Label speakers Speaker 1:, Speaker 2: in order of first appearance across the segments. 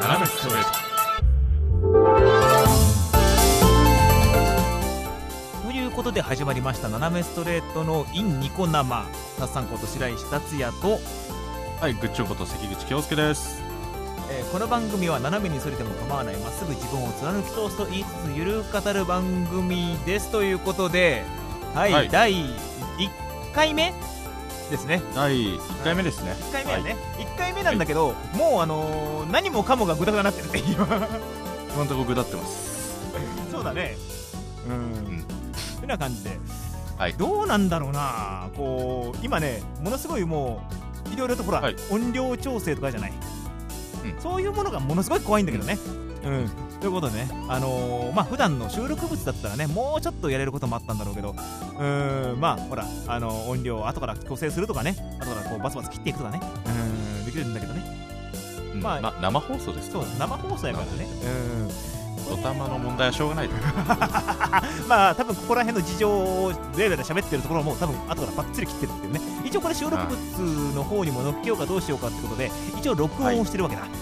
Speaker 1: 斜めストレート
Speaker 2: ということで始まりました斜めストレートのインニコ生タッサンこと白石達也と、
Speaker 1: はいグッチョブこと関口京介です
Speaker 2: えーこの番組は斜めにそれても構わないまっすぐ自分を貫き通すと言いつつゆるく語る番組ですということではい、
Speaker 1: はい
Speaker 2: 第1回目ですね
Speaker 1: 第1回目ですね、
Speaker 2: 1回目はね、1回目なんだけど、もうあのー何もかもがグダグダになってるって今
Speaker 1: はい、今のところ下ってます
Speaker 2: そうだねうんてな感じで、
Speaker 1: はい
Speaker 2: どうなんだろうなこう今ねものすごいもういろいろとほら、
Speaker 1: はい
Speaker 2: 音量調整とかじゃない、
Speaker 1: うん
Speaker 2: そういうものがものすごい怖いんだけどね、うんということでね、あのーまあ普段の収録物だったらねもうちょっとやれることもあったんだろうけどうーんまあほら、あの音量を後から調整するとかね後からこうバツバツ切っていくとかねうんできるんだけどね
Speaker 1: うん
Speaker 2: まあ
Speaker 1: な生放送です
Speaker 2: そう生放送やからねう
Speaker 1: ド
Speaker 2: ん
Speaker 1: タマの問題はしょうが ないと
Speaker 2: まあ多分ここら辺の事情をレーダーで喋ってるところも多分後からバッチリ切ってるっていうね一応これ収録物の方にも乗っけようかどうしようかってことで一応録音をしてるわけだ、えー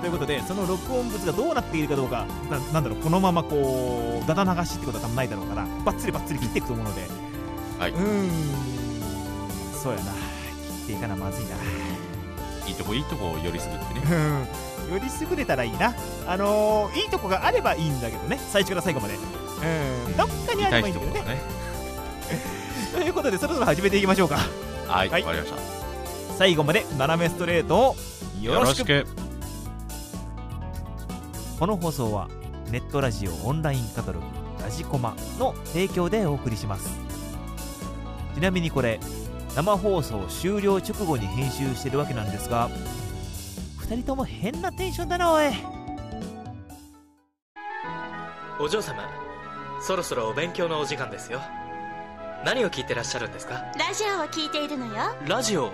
Speaker 2: ということでその録音物がどうなっているかどうかななんだろうこのままこうだだ流しってことは多分ないだろうからバッチリバッチリ切っていくと思うので、
Speaker 1: はいう
Speaker 2: ーんそうやな切っていかなまずいない
Speaker 1: いとこいいとこをよりすぐってね
Speaker 2: うんより優れたらいいなあのーいいとこがあればいいんだけどね最初から最後までうんどっかにあればいいんだけどね
Speaker 1: 見たい人と
Speaker 2: ということでそろそろ始めていきましょうか
Speaker 1: かねはい
Speaker 2: は
Speaker 1: わ、
Speaker 2: い
Speaker 1: かりました
Speaker 2: 最後まで斜めストレートをよろしく
Speaker 1: く
Speaker 2: この放送はネットラジオオンラインカタログラジコマの提供でお送りしますちなみにこれ生放送終了直後に編集してるわけなんですが2人とも変なテンションだなおい
Speaker 3: お嬢様そろそろお勉強のお時間ですよ何を聞いてらっしゃるんですか
Speaker 4: ラジオを聞いているのよ
Speaker 3: ラジオ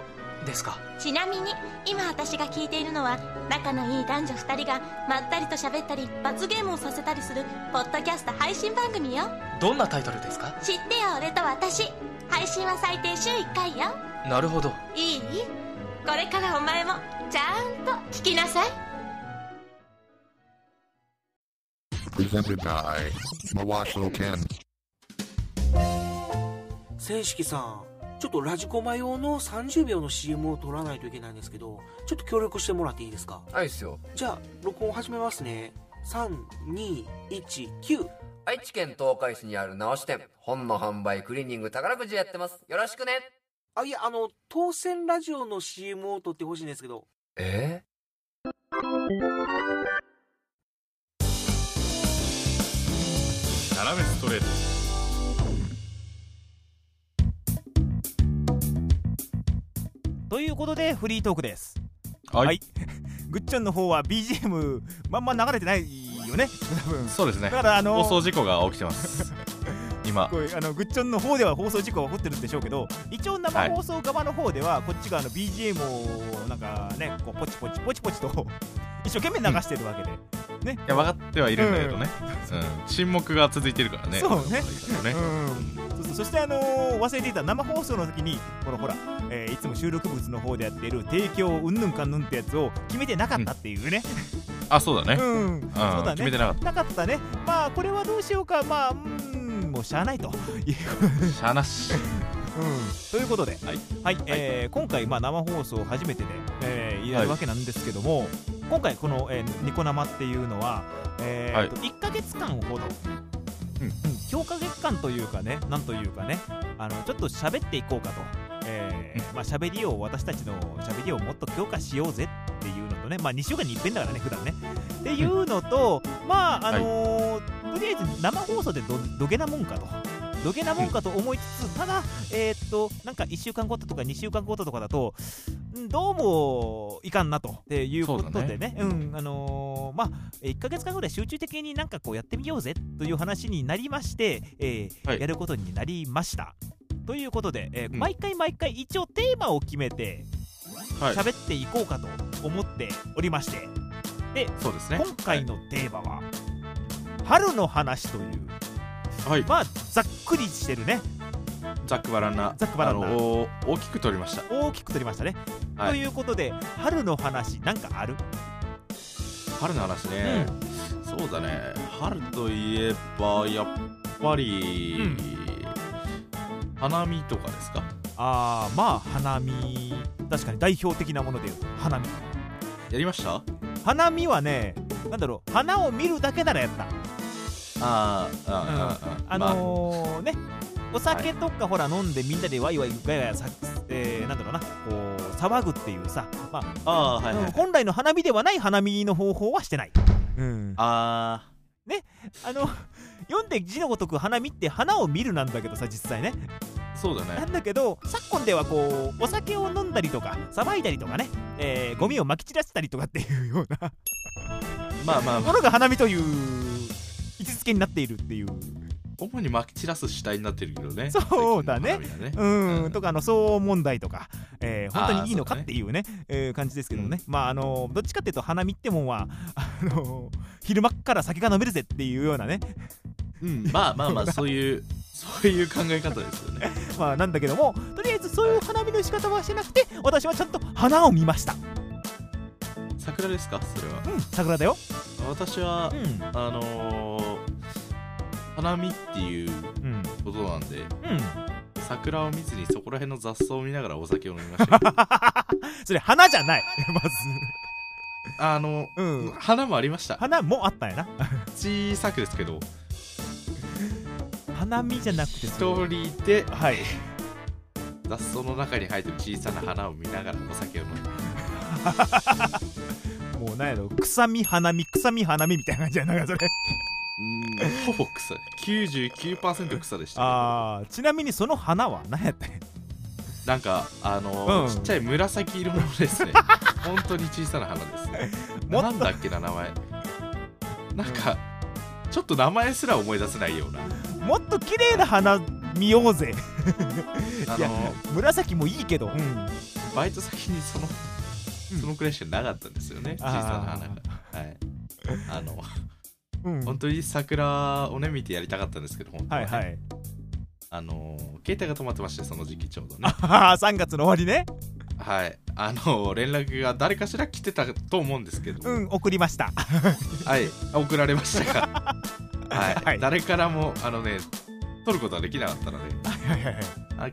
Speaker 3: ですか
Speaker 4: ちなみに今私が聞いているのは仲のいい男女2人がまったりと喋ったり罰ゲームをさせたりするポッドキャスト配信番組よ
Speaker 3: どんなタイトルですか
Speaker 4: 知ってよ俺と私配信は最低週1回よ
Speaker 3: なるほど
Speaker 4: いいこれからお前もちゃんと聞きなさい
Speaker 5: Presented by Mawasho Ken.
Speaker 6: 正式さんちょっとラジコマ用の30秒の CM を撮らないといけないんですけどちょっと協力してもらっていいですか
Speaker 7: はいっすよ
Speaker 6: じゃあ録音始めますね3219
Speaker 7: 愛知県東海市にある直し店本の販売クリーニング宝くじやってますよろしくね
Speaker 6: あいやあの当選ラジオの CM を撮ってほしいんですけど
Speaker 7: え
Speaker 1: 斜めストレート
Speaker 2: ということでフリートークです
Speaker 1: はい、
Speaker 2: ぐっちゃんの方は BGM まんま流れてないよね多分
Speaker 1: そうですね
Speaker 2: だからあの
Speaker 1: 放送事故が起きてます 今
Speaker 2: こういうあのグッチョンの方では放送事故が起こってるんでしょうけど一応生
Speaker 1: はい
Speaker 2: 放送側の方ではこっちがあの BGM をなんかねこうポチポチポチポチと 一生懸命流してるわけで、
Speaker 1: いや分かってはいるんだけどね、うん沈黙が続いてるからね
Speaker 2: そうね
Speaker 1: ね
Speaker 2: うん、そそしてあのー忘れていた生放送の時にこのほら、えーいつも収録物の方でやっている提供うんぬんかんぬんってやつを決めてなかったっていうね、
Speaker 1: あそうだね、
Speaker 2: うんそうだね
Speaker 1: 決めてなかっ
Speaker 2: なかったねまあこれはどうしようかまあうんもうしゃあないとい
Speaker 1: た
Speaker 2: う
Speaker 1: しゃあな し
Speaker 2: ということで、
Speaker 1: はい
Speaker 2: えー今回、まあ、生放送初めてで、えーやるわけなんですけども、今回この、えーニコ生」っていうのは、えー
Speaker 1: はい
Speaker 2: と1か月間ほど、
Speaker 1: うん
Speaker 2: 強化月間というかねなんというかねあのちょっと喋っていこうかと、えーまあ、喋りを私たちの喋りをもっと強化しようぜっていうのとね、まあ、2週間に一遍だからね普段ねっていうのと、まああのーとりあえず生放送でどどげなもんかと。どげなもんかと思いつつ、ただ、えーっと、なんか1週間ごととか2週間ごととかだと、んどうもいかんなとっていうこと
Speaker 1: そうだ
Speaker 2: でね、うん、あのーまあ、1ヶ月間ぐらい集中的になんかこうやってみようぜという話になりまして、えー
Speaker 1: はい
Speaker 2: やることになりました。ということで、えー
Speaker 1: うん
Speaker 2: 毎回毎回一応テーマを決めて
Speaker 1: はい
Speaker 2: 喋っていこうかと思っておりまして、
Speaker 1: そうですね
Speaker 2: 今回のテーマは、春の話という、
Speaker 1: はい、
Speaker 2: まあ、ざっくりしてるね、
Speaker 1: ザックバランナ
Speaker 2: ざっくばらんな
Speaker 1: あの大きく取りました
Speaker 2: 大きく取りましたね。
Speaker 1: はい
Speaker 2: ということで春の話なんかある
Speaker 1: 春の話ね、そうだね春といえばやっぱり、
Speaker 2: うん
Speaker 1: 花見とかですか
Speaker 2: あーまあ花見確かに代表的なもので言うと花見
Speaker 1: やりました
Speaker 2: 花見はねなんだろう花を見るだけならやった
Speaker 1: あーあー、あー
Speaker 2: あ
Speaker 1: あーまあ
Speaker 2: のーねお酒とかほら飲んでみんなでワイワイガヤガヤさ、えーなんだろうなこう騒ぐっていうさ、まあ
Speaker 1: あーはいはいはい
Speaker 2: 本来の花見ではない花見の方法はしてない、あ
Speaker 1: あ
Speaker 2: あの読んで字のごとく花見って花を見るなんだけどさ実際ね
Speaker 1: ーそうだ
Speaker 2: な
Speaker 1: ね
Speaker 2: んだけど昨今ではこうお酒を飲んだりとかさばいたりとかね、えーゴミをまき散らしたりとかっていうような
Speaker 1: まあまあま
Speaker 2: も
Speaker 1: あ
Speaker 2: のが花見という位置づけになっているっていう
Speaker 1: 主に撒き散らす主体になってるけどね
Speaker 2: そうだね
Speaker 1: 最近の花見はね
Speaker 2: うん、
Speaker 1: うん
Speaker 2: とかあの騒音問題とか、えー本当にいいのか
Speaker 1: あーそうだね
Speaker 2: っていうねえー感じですけどもね、まああのどっちかっていうと花見ってもんはあの昼間っから酒が飲めるぜっていうようなね
Speaker 1: うんまあまあまあそういうそういう考え方ですよね
Speaker 2: まあなんだけどもとりあえずそういう花見の仕方はしてなくて私はちゃんと花を見ました
Speaker 1: 桜ですかそれは
Speaker 2: うん桜だよ
Speaker 1: 私は
Speaker 2: うん
Speaker 1: あのー花見っていう
Speaker 2: うん
Speaker 1: ことなんで
Speaker 2: うん
Speaker 1: 桜を見ずにそこら辺の雑草を見ながらお酒を飲みました けど
Speaker 2: それ花じゃないまず
Speaker 1: あの
Speaker 2: うん
Speaker 1: 花もありました
Speaker 2: 花もあったんやな
Speaker 1: 小さくですけど
Speaker 2: 花見じゃなくてそ
Speaker 1: 一
Speaker 2: れ
Speaker 1: 人で
Speaker 2: はい
Speaker 1: 雑草の中に生えてる小さな花を見ながらお酒を飲んだ
Speaker 2: もうなんやろ臭み花見臭み花見みたいな感じやななんかそれ
Speaker 1: うんほぼ草99%草でしたけど
Speaker 2: あーちなみにその花は何やったんや
Speaker 1: なんかあのー
Speaker 2: うん
Speaker 1: ちっちゃい紫色のです ね本当に小さな花ですね
Speaker 2: もっと
Speaker 1: なんだっけな名前なんかちょっと名前すら思い出せないような
Speaker 2: もっと綺麗な花見ようぜ
Speaker 1: あ
Speaker 2: いや
Speaker 1: の
Speaker 2: 紫もいいけど、うん
Speaker 1: バイト先にその
Speaker 2: うん
Speaker 1: そのくらいしかなかったんですよね、小さな花がはいあの
Speaker 2: うん
Speaker 1: 本当に桜をね見てやりたかったんですけど本当
Speaker 2: は
Speaker 1: はいね
Speaker 2: はい
Speaker 1: あのー携帯が止まってましてその時期ちょうどね
Speaker 2: あー3月の終わりね
Speaker 1: はいあのー連絡が誰かしら来てたと思うんですけど、
Speaker 2: うん送りました
Speaker 1: はい、送られましたが、はい
Speaker 2: はい
Speaker 1: 誰からもあのね取ることはできなかったので
Speaker 2: はいはいはい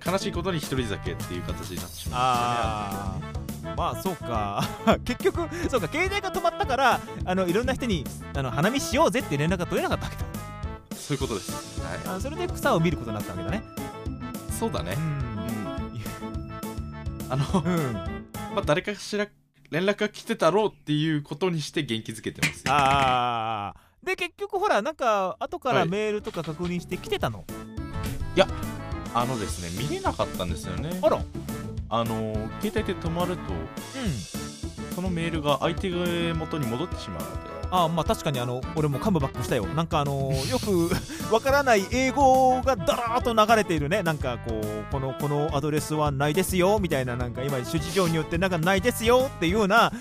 Speaker 1: あ悲しいことに一人酒っていう形になってしま
Speaker 2: あーまあそうか 結局そうか携帯が止まったからあのいろんな人にあの花見しようぜって連絡が取れなかったわけだ
Speaker 1: いましたねそういうことです、は
Speaker 2: あそれで草を見ることになったわけだね
Speaker 1: い、そうだねあの、
Speaker 2: う
Speaker 1: ま
Speaker 2: ん
Speaker 1: あ、誰かしら連絡が来てたろうっていうことにして元気づけてますよ
Speaker 2: あーで結局ほらなんか後から
Speaker 1: はい
Speaker 2: メールとか確認して来てたの、
Speaker 1: あのですね見れなかったんですよね
Speaker 2: あらうん
Speaker 1: あの携帯で止まるとそのメールが相手元に戻ってしまうので
Speaker 2: あーまあ確かにあの俺もカムバックしたよなんかあのーよく わからない英語がだらーっと流れているねなんかこうこのこのアドレスはないですよみたいななんか今諸事情によってなんかないですよっていうようなあ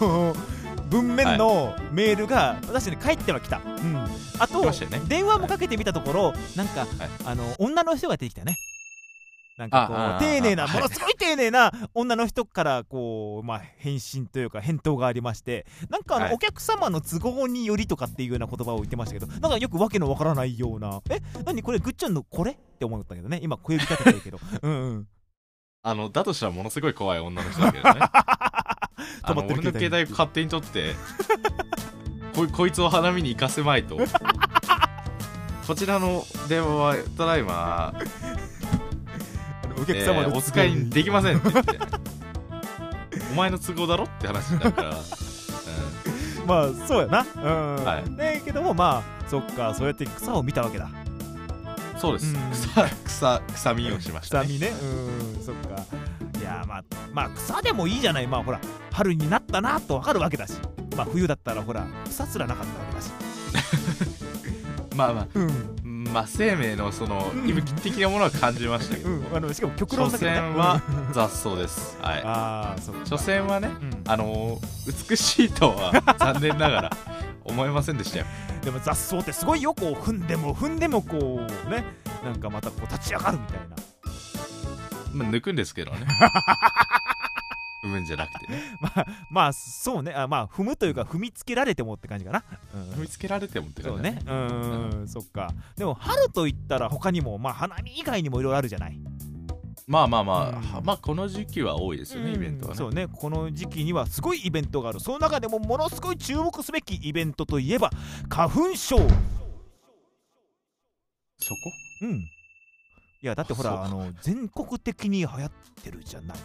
Speaker 2: のー文面のメールが私に返ってはきた、うん、あと
Speaker 1: 来ましたよね
Speaker 2: 電話もかけてみたところ、なんか、あの女の人が出てきたね。なんかこ
Speaker 1: あああ
Speaker 2: う丁寧な
Speaker 1: あ
Speaker 2: ものすごい丁寧な女の人からこう、まあ、返信というか返答がありましてなんかあの、
Speaker 1: はい
Speaker 2: お客様の都合によりとかっていうような言葉を言ってましたけどなんかよくわけのわからないようなえ何これぐっちゃんのこれって思ったけどね今小指立てて るけどうん、うん、
Speaker 1: あのだとしたらものすごい怖い女の人だけどねあ
Speaker 2: 止ま
Speaker 1: の
Speaker 2: って
Speaker 1: 俺
Speaker 2: る
Speaker 1: の携帯を勝手に取ってこ こいつを花見に行かせまいとこちらの電話はただいま、
Speaker 2: あのお
Speaker 1: え
Speaker 2: 客様の都合に、
Speaker 1: ーお使いできませんって言ってお前の都合だろって話になるから、うん
Speaker 2: まあそうやなうん、
Speaker 1: はい
Speaker 2: ねけどもまあそっかそうやって草を見たわけだ
Speaker 1: そうです、
Speaker 2: うん
Speaker 1: 草草臭みをしました、
Speaker 2: 臭
Speaker 1: ね、
Speaker 2: みねうんそっかいやまあまあ草でもいいじゃないまあほら春になったなとわかるわけだしまあ冬だったらほら草すらなかったわけだし
Speaker 1: まあまあ
Speaker 2: うん
Speaker 1: まあ生命のその
Speaker 2: うん
Speaker 1: 息吹的なものは感じましたけど、
Speaker 2: うんあのしかも極論
Speaker 1: 所
Speaker 2: だけどね
Speaker 1: 詮は雑草ですはい
Speaker 2: ああそっか
Speaker 1: 所詮はね
Speaker 2: うん
Speaker 1: あのー美しいとは残念ながら思いませんでしたよ
Speaker 2: でも雑草ってすごいよこう踏んでも踏んでもこうねなんかまたこう立ち上がるみたいな
Speaker 1: まあ、抜くんですけどね。踏むんじゃなくてね
Speaker 2: まあまあそうねあまあ踏むというか踏みつけられてもって感じかな、うん
Speaker 1: 踏みつけられてもって
Speaker 2: そ
Speaker 1: 感
Speaker 2: う
Speaker 1: じだ
Speaker 2: ね
Speaker 1: ね
Speaker 2: うんうんうんそっかでも春といったら他にもまあ花見以外にもいろいろあるじゃない
Speaker 1: まあまあまあ、
Speaker 2: うん
Speaker 1: まあこの時期は多いですよね、イベントはね
Speaker 2: そうねこの時期にはすごいイベントがあるその中でもものすごい注目すべきイベントといえば花粉症
Speaker 1: そこ
Speaker 2: うんいやだってほらあ
Speaker 1: あ
Speaker 2: の全国的に流行ってるじゃない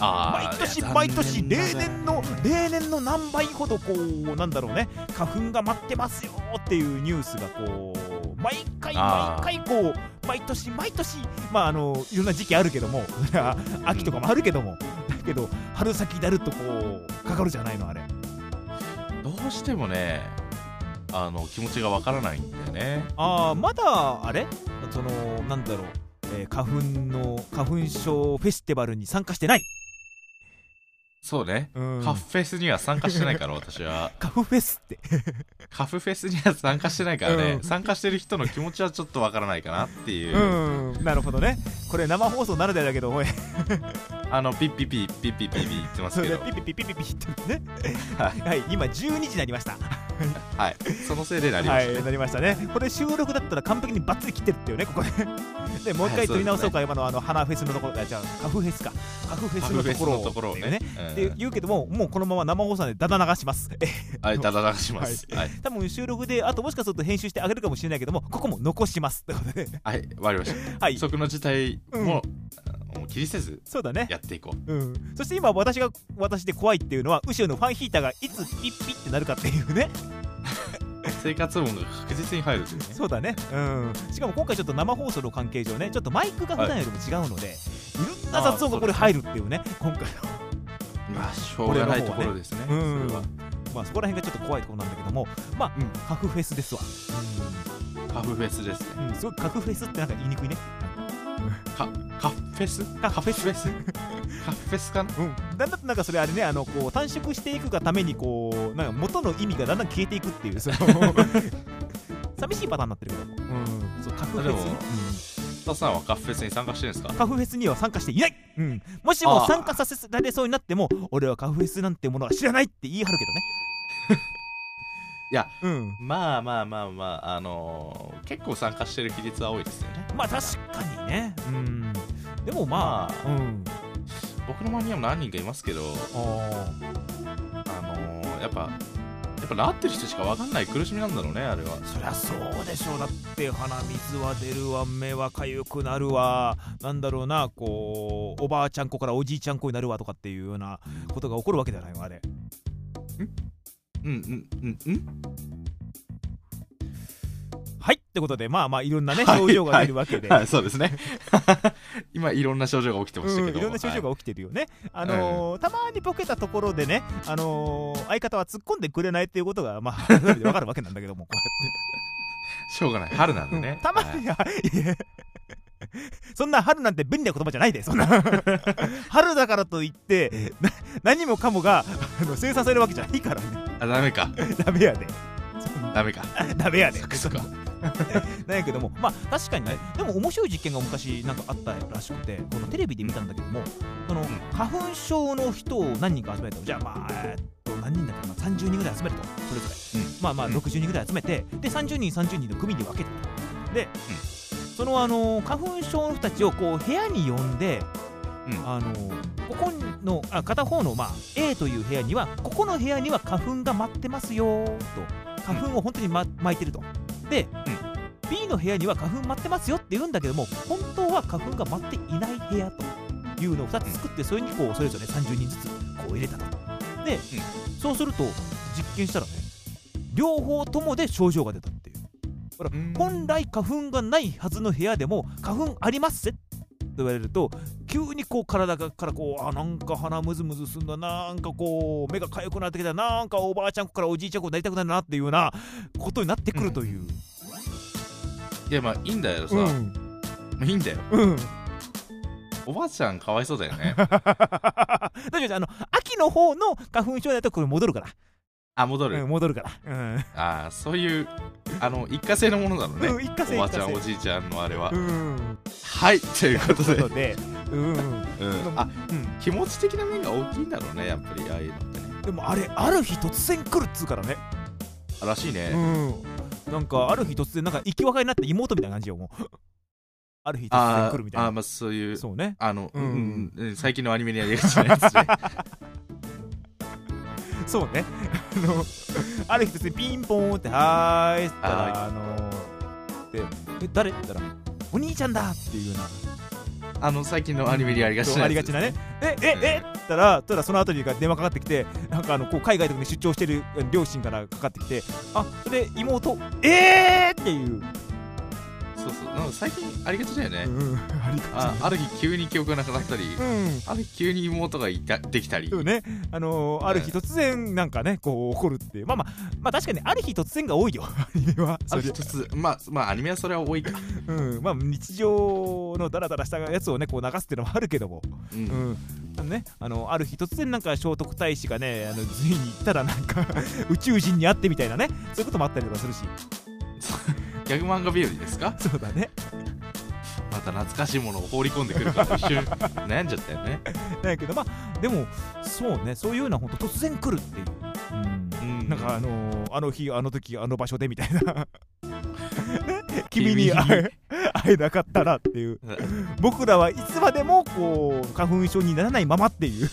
Speaker 1: ああ
Speaker 2: 毎年毎年例年の例年の何倍ほどこうなんだろうね花粉が待ってますよっていうニュースがこう毎回
Speaker 1: あ
Speaker 2: 毎
Speaker 1: ー
Speaker 2: 回こう毎年毎年まああのいろんな時期あるけども 秋とかもあるけどもだけど春先になるとこうかかるじゃないのあれ
Speaker 1: どうしてもねあの気持ちがわからないんだよね
Speaker 2: あーまだあれそのなんだろう、えー花粉の花粉症フェスティバルに参加してない、
Speaker 1: そうね
Speaker 2: うん
Speaker 1: カフフェスには参加してないから私は
Speaker 2: 花粉フェスって
Speaker 1: カフフェスには参加してないからね、
Speaker 2: うん
Speaker 1: 参加してる人の気持ちはちょっとわからないかなっていう、
Speaker 2: うん なるほどねこれ生放送ならではだけどおい
Speaker 1: あのピッピピッピッピッピッピ言ってます
Speaker 2: そ
Speaker 1: け
Speaker 2: れ
Speaker 1: ど
Speaker 2: でピピピピピピってね
Speaker 1: はい
Speaker 2: はい今12時になりました
Speaker 1: はいそのせいでなりま
Speaker 2: は
Speaker 1: した、
Speaker 2: いなりましたねこれ収録だったら完璧にバッツリ切ってるっていうねこ こででもう一回撮り直そうか今のあの花フェスのところあじゃあカフフェスかカフフェ
Speaker 1: カ
Speaker 2: ス
Speaker 1: フ
Speaker 2: の
Speaker 1: フ
Speaker 2: と
Speaker 1: ェス
Speaker 2: ころ
Speaker 1: の
Speaker 2: を
Speaker 1: ところを
Speaker 2: っていう
Speaker 1: ね
Speaker 2: っ
Speaker 1: う
Speaker 2: て言うけどももうこのまま生放送でダダ流します
Speaker 1: ん、はいだだ流しますはい、
Speaker 2: 多分収録であともしかすると編集してあげるかもしれないけどもここも残しますということで
Speaker 1: はい、終わりました
Speaker 2: はい
Speaker 1: 不測の事態
Speaker 2: うん
Speaker 1: も,、うもう気にせず
Speaker 2: そうだね
Speaker 1: やっていこう
Speaker 2: うん、そして今私が私で怖いっていうのは後ろのファンヒーターがいつピッピってなるかっていうね
Speaker 1: 生活音が確実に入るというね
Speaker 2: そうだね、うん、しかも今回ちょっと生放送の関係上ねちょっとマイクが普段よりも違うので、い、ろんな雑音がこれ入るっていうね今回の
Speaker 1: まあしょうがないところですね
Speaker 2: うん
Speaker 1: それは
Speaker 2: まあそこら辺がちょっと怖いところなんだけどもまあ、
Speaker 1: うん
Speaker 2: カフフェスですわ、
Speaker 1: カフフェスですね
Speaker 2: うん、すごいカフフェスってなんか言いにくいね
Speaker 1: カカフェス
Speaker 2: カフェス
Speaker 1: フ ェスカフェスかな
Speaker 2: うん、だんだんとなんかそれあれねあのこう短縮していくがためにこうなんか元の意味がだんだん消えていくっていうその 寂しいパターンになってるけども、うん、そうカフフェス、
Speaker 1: でもスタさんはカフェスに参加してるんですか
Speaker 2: カフフェスには参加していない、うん、もしも
Speaker 1: あー
Speaker 2: 参加させられそうになっても俺はカフフェスなんてものは知らないって言い張るけどね
Speaker 1: いや
Speaker 2: うん
Speaker 1: まあまあまあまああのー結構参加してる比率は多いですよね
Speaker 2: まあ確かにねうんでもまあ、うん
Speaker 1: 僕の周りにも何人かいますけど
Speaker 2: あ
Speaker 1: あのーやっぱやっぱなってる人しか分かんない苦しみなんだろうねあれは
Speaker 2: ーそりゃそうでしょうだって鼻水は出るわ目はかゆくなるわなんだろうなこうおばあちゃん子からおじいちゃん子になるわとかっていうようなことが起こるわけじゃないわあれ
Speaker 1: うんうんうんうん
Speaker 2: はいってことでまあまあいろんなね症状が出るわけで、
Speaker 1: はいそうですね 今いろんな症状が起きてました
Speaker 2: うん、
Speaker 1: けど、
Speaker 2: いろんな症状が起きてるよね、あのーたまにボケたところでね、あのー相方は突っ込んでくれないっていうことがまあ テレビでわかるわけなんだけどもこ
Speaker 1: はいしょうがない春なん
Speaker 2: う
Speaker 1: で
Speaker 2: やって、
Speaker 1: ね、
Speaker 2: たま
Speaker 1: はい
Speaker 2: には、いえ そんな春なんて便利な言葉じゃないでそんな 春だからといってな何もかもがあの生産されるわけじゃないからね
Speaker 1: あダメか
Speaker 2: ダメやで
Speaker 1: ダメか
Speaker 2: ダメやで
Speaker 1: そっかそっか
Speaker 2: なんやけどもまあ確かにねでも面白い実験が昔なんかあったらしくてこのテレビで見たんだけども、その花粉症の人を何人か集めたのじゃあまあえーっと何人だったかな30人ぐらい集めるとそれぞれ、
Speaker 1: うん
Speaker 2: まあまあ
Speaker 1: うん
Speaker 2: 60人ぐらい集めてで30人30人の組に分けてで、そのあのー花粉症の人たちをこう部屋に呼んで、
Speaker 1: うん
Speaker 2: あのーここのあ片方の、まあ、A という部屋にはここの部屋には花粉が舞ってますよーと花粉を本当に、ま巻いてるとで、B の部屋には花粉舞ってますよって言うんだけども本当は花粉が舞っていない部屋というのを2つ作ってそれにこうそれぞれ30人ずつこう入れたとで、そうすると実験したらね両方ともで症状が出たっていうほら
Speaker 1: うん
Speaker 2: 本来花粉がないはずの部屋でも花粉ありますぜと言われると急にこう体がからこうあなんか鼻ムズムズすんだなんかこう目が痒くなってきたなんかおばあちゃん子からおじいちゃん子になりたくなるなっていうようなことになってくるという、
Speaker 1: いやまあいいんだよさ、
Speaker 2: うん
Speaker 1: いいんだよ
Speaker 2: うん、
Speaker 1: おばあちゃんかわいそうだよ ね
Speaker 2: 大丈夫ですあの秋の方の花粉症だとこれ戻るから
Speaker 1: あ戻る、
Speaker 2: うん戻るから、うん
Speaker 1: ああそういうあの一過性のものだろうね、
Speaker 2: うん一過性
Speaker 1: おばあちゃ
Speaker 2: 一
Speaker 1: んお
Speaker 2: 過
Speaker 1: じいちゃんのあれは、
Speaker 2: うん
Speaker 1: はいということ
Speaker 2: という
Speaker 1: で
Speaker 2: ことでうんうん
Speaker 1: うん、あ
Speaker 2: うん
Speaker 1: 気持ち的な面が大きいんだろうねやっぱりああいうのってね
Speaker 2: でもあれある日突然来るっつうからね
Speaker 1: あらしいね、
Speaker 2: うんなんかある日突然なんか生き別れになって妹みたいな感じよもう ある日突然
Speaker 1: あ
Speaker 2: 来るみたい
Speaker 1: ーあー
Speaker 2: な
Speaker 1: まあそういう
Speaker 2: そうね
Speaker 1: あの、
Speaker 2: う
Speaker 1: うんんうん、最近のアニメにやりがちなやつ ね
Speaker 2: そうね あのある日突然ピンポーンって「はーい」っつった
Speaker 1: はーい
Speaker 2: らあのーで「え誰?」って言ったら「お兄ちゃんだ!」っていうような
Speaker 1: あの最近のアニメにやりがちなやつ
Speaker 2: ありがちなね。え、え、えって言ったら、ただその後に電話かかってきて、なんかあのこう海外とかに出張してる両親からかかってきて、あそれで妹、えーっていう、
Speaker 1: そうそうなんか最近ありがちだよね、
Speaker 2: うん、ありが
Speaker 1: あある日急に記憶がなくなったり
Speaker 2: ちな。うん
Speaker 1: ある日急に妹がいたできたり、
Speaker 2: そうね、あのーある日突然なんかねこう起こるっていうまあまあまあ確かにある日突然が多いよ アニメは
Speaker 1: あ
Speaker 2: そ
Speaker 1: る
Speaker 2: れ
Speaker 1: 日
Speaker 2: で
Speaker 1: 突然まあまあアニメはそれは多いか、
Speaker 2: うんまあ日常のダラダラしたやつをねこう流すっていうのもあるけども
Speaker 1: うん
Speaker 2: うんあのね、あのある日突然なんか聖徳太子がねあの隋に行ったらなんか 宇宙人に会ってみたいなねそういうこともあったりとかするし
Speaker 1: ギャグ漫画日和ですか
Speaker 2: そうだね
Speaker 1: また懐かしいものを放り込んでくるから一 瞬悩んじゃったよね、
Speaker 2: だけどまあでもそうねそういうのは本当突然来るっていう、
Speaker 1: う
Speaker 2: うん
Speaker 1: ん、
Speaker 2: なんかあのーあの日あの時あの場所でみたいな ね君
Speaker 1: 君
Speaker 2: に
Speaker 1: に
Speaker 2: 会え会えなかったらって いう僕らはいつまでもこう花粉症にならないままっていう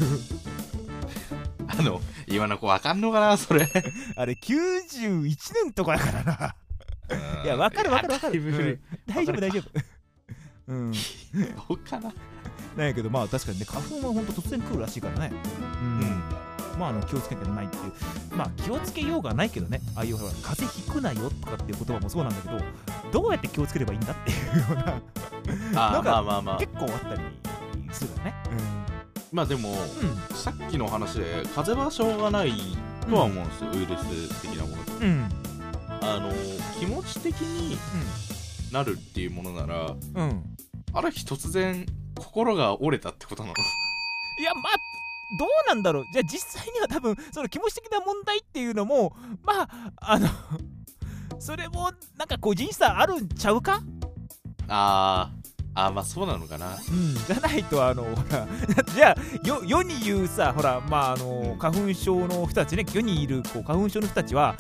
Speaker 1: あの今の子わかんのかなそれ
Speaker 2: あれ91年とかだからな。いや、わかるわかるわか
Speaker 1: い
Speaker 2: る。
Speaker 1: やだいぶ古い
Speaker 2: うん大丈夫、大丈夫。 うん。
Speaker 1: どうかな
Speaker 2: なんやけど、まあ確かにね、花粉は本当突然来るらしいからね。うん。まあ、あの気をつけてないっていう。まあ気をつけようがないけどね、ああいうほら、風邪ひくなよとかっていう言葉もそうなんだけど、どうやって気をつければいいんだっていうような、な
Speaker 1: あ
Speaker 2: ん
Speaker 1: ー
Speaker 2: か
Speaker 1: まあまあまあ
Speaker 2: 結構あったりするよね。
Speaker 1: まあでも
Speaker 2: う
Speaker 1: さっきの話で風邪はしょうがないとは思うんですよ、ウイルス的なもの
Speaker 2: ん。うん。
Speaker 1: あの気持ち的になるっていうものなら
Speaker 2: うん。うん。
Speaker 1: ある日突然心が折れたってことなの
Speaker 2: いや、まあ、どうなんだろう。じゃあ実際には多分、その気持ち的な問題っていうのも、まあ、あの、 それも、なんか個人差あるんちゃうか
Speaker 1: あーあーまあそうなのかな
Speaker 2: うん、じゃないとあのほら じゃあよ世に言うさほらまああの花粉症の人たちね世にいるこう花粉症の人たちは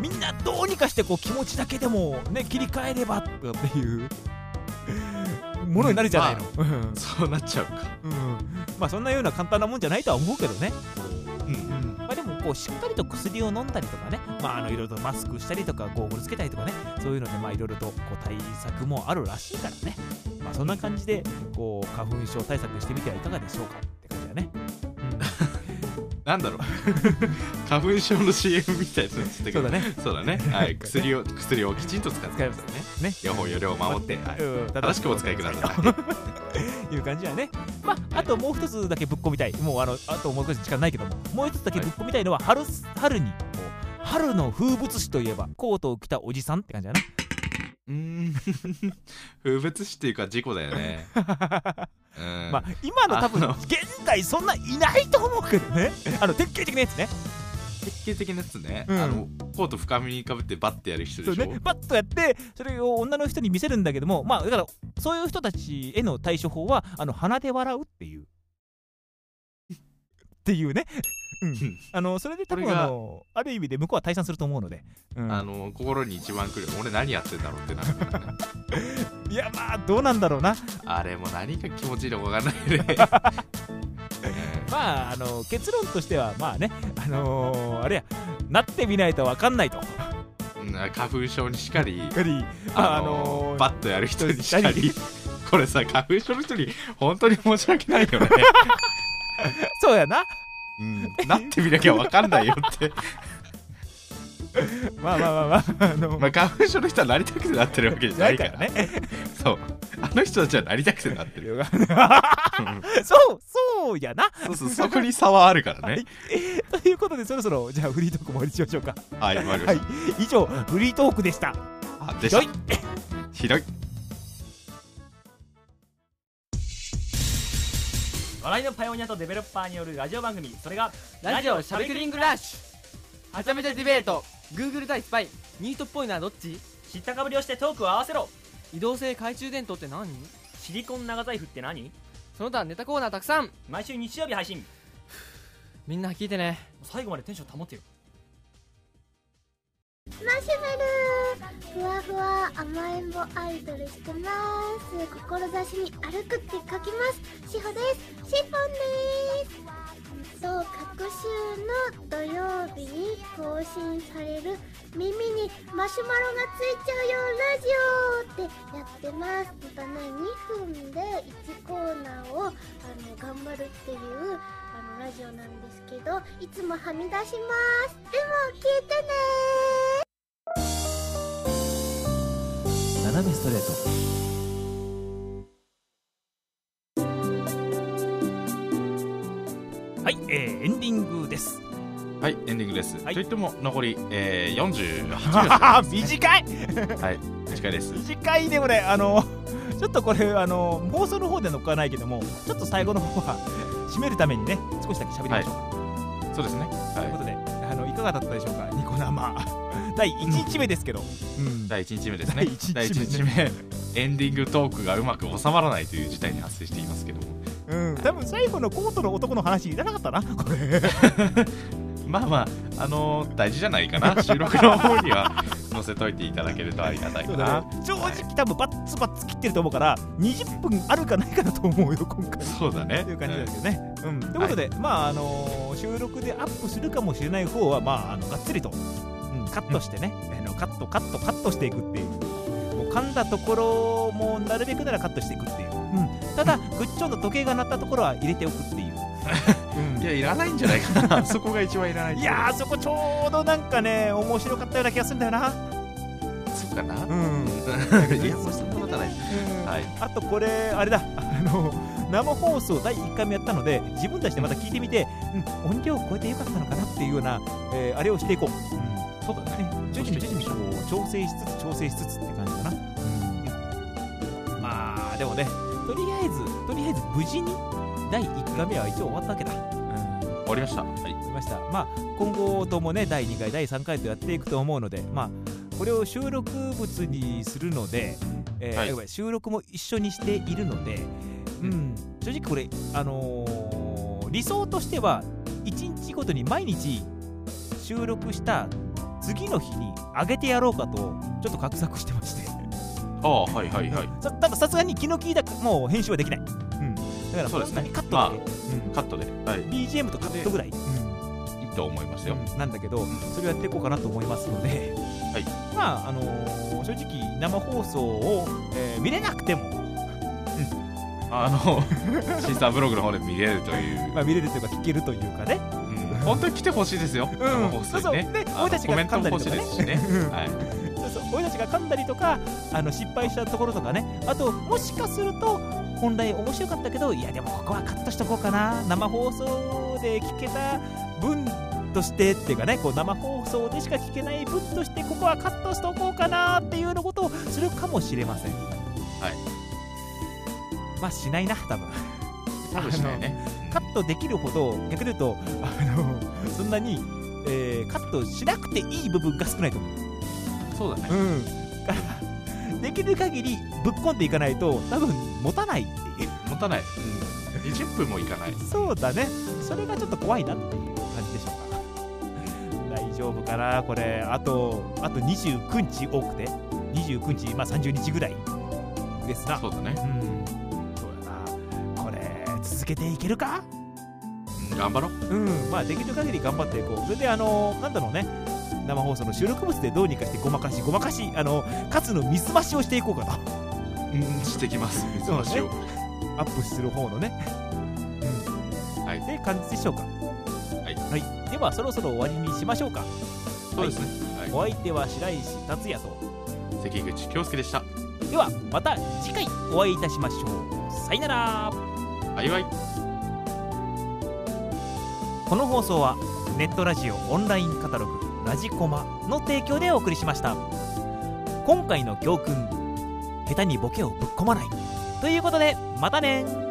Speaker 2: みんなどうにかしてこう気持ちだけでもね切り替えればとかっ ていうものになるじゃないの、うんうん
Speaker 1: そうなっちゃうか
Speaker 2: まあそんなような簡単なもんじゃないとは思うけどね、
Speaker 1: うん
Speaker 2: まあ、でもこうしっかりと薬を飲んだりとかねまああのいろいろとマスクしたりとかゴーグルつけたりとかねそういうのでまあいろいろとこう対策もあるらしいからねまあそんな感じでこう花粉症対策してみてはいかがでしょうかって感じだね
Speaker 1: なんだろう 花粉症の CM みたいなやつだけ
Speaker 2: そ
Speaker 1: ど
Speaker 2: うだね
Speaker 1: そうだね、 はい、薬を薬をきちんと使ってくださいね
Speaker 2: ね
Speaker 1: 予報予量を守って、 はい
Speaker 2: うん
Speaker 1: 正しくお使いください
Speaker 2: いいう感じだねまああともう一つだけぶっ込みたいもうあのあともう少し時間ないけどももう一つだけぶっ込みたいのは春す春にこう春の風物詩といえばコートを着たおじさんって 感じだね
Speaker 1: うーん 風物詩っていうか事故だよねうん
Speaker 2: まあ、今の多分
Speaker 1: あの
Speaker 2: 現代そんないないと思うけ どねあの典型的なやつね
Speaker 1: 典型的なやつね、
Speaker 2: うん
Speaker 1: あのコート深めにかぶってバッてやる人
Speaker 2: そ
Speaker 1: で
Speaker 2: う
Speaker 1: しょ、
Speaker 2: ねパッとやってそれを女の人に見せるんだけどもまあだからそういう人たちへの対処法はあの鼻で笑うっていう っていうね、うん
Speaker 1: ん、
Speaker 2: あのそれで多分
Speaker 1: これが
Speaker 2: あのある意味で向こうは退散すると思うので、うん
Speaker 1: あの心に一番くる俺何やってんだろう ってなるからね
Speaker 2: いやまあどうなんだろうな
Speaker 1: あれも何が気持ちいいのか分かんないね、 うん
Speaker 2: まああの結論としてはまあねあのーあれやなってみないとわかんないと
Speaker 1: うん花粉症にしか り
Speaker 2: やっぱり
Speaker 1: あのバッとやる人にしか
Speaker 2: 人に
Speaker 1: り これさ花粉症の人に本当に申し訳ないよね、
Speaker 2: そうやな
Speaker 1: うん、なってみなきゃ分かんないよって
Speaker 2: まあまあまあまあ、あの、
Speaker 1: まあ、花粉症の人はなりたくてなってるわけじゃ
Speaker 2: な
Speaker 1: ないい
Speaker 2: か
Speaker 1: からら
Speaker 2: ね
Speaker 1: ね。そうあの人たちはなりたくてなってる
Speaker 2: そう、そうやな。
Speaker 1: そうそうそこに差はあるからね
Speaker 2: ということで、そろそろ、じゃあフリートークも終わりにしましょうか。
Speaker 1: はいわかりまし
Speaker 2: はい、以上、フリートークでした。
Speaker 1: た、あでした
Speaker 2: ひ
Speaker 1: ひどい
Speaker 8: 笑いのパイオニアとデベロッパーによるラジオ番組それが
Speaker 9: ラジオしゃべくりングラッシュはちゃめちゃディベート Google 対スパイニートっぽいのはどっち
Speaker 8: 知ったかぶりをしてトークを合わせろ
Speaker 9: 移動性懐中電灯って何
Speaker 8: シリコン長財布って何
Speaker 9: その他ネタコーナーたくさん
Speaker 8: 毎週日曜日配信
Speaker 9: みんな聞いてね
Speaker 8: 最後までテンション保ってよ
Speaker 10: マシュマロふわふわ甘えん坊アイドルしてます志に歩くって書きますしほですしほんですと各週の土曜日に更新される耳にマシュマロがついちゃうよラジオってやってますまたね2分で1コーナーをあの頑張るっていうあのラジオなんですけどいつもはみ出しますでも聞いてね
Speaker 11: 斜めストレート
Speaker 2: はい、えーエンディング です
Speaker 1: はいエンディングです、といっても残り、えー、48秒
Speaker 2: あー短い
Speaker 1: はい短いです
Speaker 2: 短いねこれあのちょっとこれあの放送の方で乗っかないけどもちょっと最後の方は締めるためにね少しだけ喋りましょう、
Speaker 1: そうですね
Speaker 2: ということであのいかがだったでしょうかニコ生 第1日目ですけど、
Speaker 1: 第1日目 ですね第1日目エンディングトークがうまく収まらないという事態に発生していますけども
Speaker 2: うん、多分最後のコートの男の話いらなかった なこれ
Speaker 1: まあまああのー大事じゃないか な収録の方には載せといていただけるとありがたい
Speaker 2: そ
Speaker 1: か
Speaker 2: うだ
Speaker 1: な
Speaker 2: ね正直多分バッツバッツ切ってると思うから20分あるかないかだと思うよ今回
Speaker 1: そうだね
Speaker 2: という感じですよね、うんということで、まああのー収録でアップするかもしれない方はまああのがっつりと、うん、カットしてね、あのカットカットカットしていくっていうもう噛んだところもなるべくならカットしていくっていう、うん、ただグッチョンの時計が鳴ったところは入れておく っていう
Speaker 1: いやいらないんじゃないか なそこが一番いらない
Speaker 2: いやーそこちょうどなんかね面白かったような気がするんだよな
Speaker 1: そうかなうん いやもうそんなことはないはい
Speaker 2: あとこれあれだ あの生放送第1回目やったので自分たちでまた聞いてみて、うん、音量を超えてよかったのかなっていうような、えーあれをしていこう、うん、そうだね徐々に徐々にこう調整しつつ調整しつつって感じかな、うんまあでもねとりあえずとりあえず無事に第1回目は一応終わったわけだ、
Speaker 1: 終わりましたはい
Speaker 2: わかりました。まあ今後ともね第2回第3回とやっていくと思うので、まあこれを収録物にするので、えー
Speaker 1: はい
Speaker 2: ごめん収録も一緒にしているので、うん、正直これあのー理想としては1日ごとに毎日収録した次の日に上げてやろうかとちょっと画策してまして。
Speaker 1: ああはいはいはい
Speaker 2: さたださすがに気の利いたもう編集はできない。うん。だから
Speaker 1: そうですね
Speaker 2: 本当にカット
Speaker 1: ま
Speaker 2: だ
Speaker 1: あ
Speaker 2: け。
Speaker 1: カットではい
Speaker 2: BGM とカットぐらい。
Speaker 1: いいと思いますよ
Speaker 2: なんだけど、それをやっていこうかなと思います ので、まあ、あのー正直、生放送を、えー見れなくても、
Speaker 1: あの 審査ブログの方で見れるという
Speaker 2: まあ、見れるというか、聞けるというかね、
Speaker 1: 本当に来てほしいですよ、生放送にね
Speaker 2: そうそうね
Speaker 1: あの
Speaker 2: 俺たちが
Speaker 1: コメントも欲しい
Speaker 2: 噛んだ
Speaker 1: で
Speaker 2: りと
Speaker 1: す
Speaker 2: か
Speaker 1: し
Speaker 2: ね
Speaker 1: ね、はい、
Speaker 2: そうそう俺たちが噛んだりとか、あの失敗したところとかね、あと、もしかすると、本来面白かったけど、いや、でもここはカットしとこうかな、生放送で聞けた分としてっていうかね、こう生放送でしか聞けない分として、ここはカットしとこうかなっていうようなことをするかもしれません。
Speaker 1: はい
Speaker 2: まあしないな多分
Speaker 1: 多分しないね
Speaker 2: あのカットできるほど逆に言うとあのそんなに、えーカットしなくていい部分が少ないと思う
Speaker 1: そうだね
Speaker 2: うんだからできる限りぶっこんでいかないと多分持たないっていう
Speaker 1: 持たない、うん、20分もいかない
Speaker 2: そうだねそれがちょっと怖いなっていう感じでしょうか大丈夫かなこれあとあと29日多くて29日まあ30日ぐらいですな
Speaker 1: そうだね
Speaker 2: うんそうだなこれ続けていけるか
Speaker 1: 頑張ろう
Speaker 2: うんまあできる限り頑張っていこうそれであのなんだろうね生放送の収録物でどうにかしてごまかしごまかしあの数の水増しをしていこうかと
Speaker 1: うんしてきます水
Speaker 2: そう
Speaker 1: 増
Speaker 2: ね
Speaker 1: しを、
Speaker 2: アップする方のね、うん
Speaker 1: はい、
Speaker 2: って感じでしょうか
Speaker 1: はい、
Speaker 2: ではそろそろ終わりにしましょうか
Speaker 1: そうですね、はい
Speaker 2: お相手は白石達也と
Speaker 1: 関口京介でした
Speaker 2: ではまた次回お会いいたしましょうさよなら
Speaker 1: はいはい
Speaker 2: この放送はネットラジオオンラインカタログ「ラジコマ」の提供でお送りしました今回の教訓下手にボケをぶっ込まないということでまたね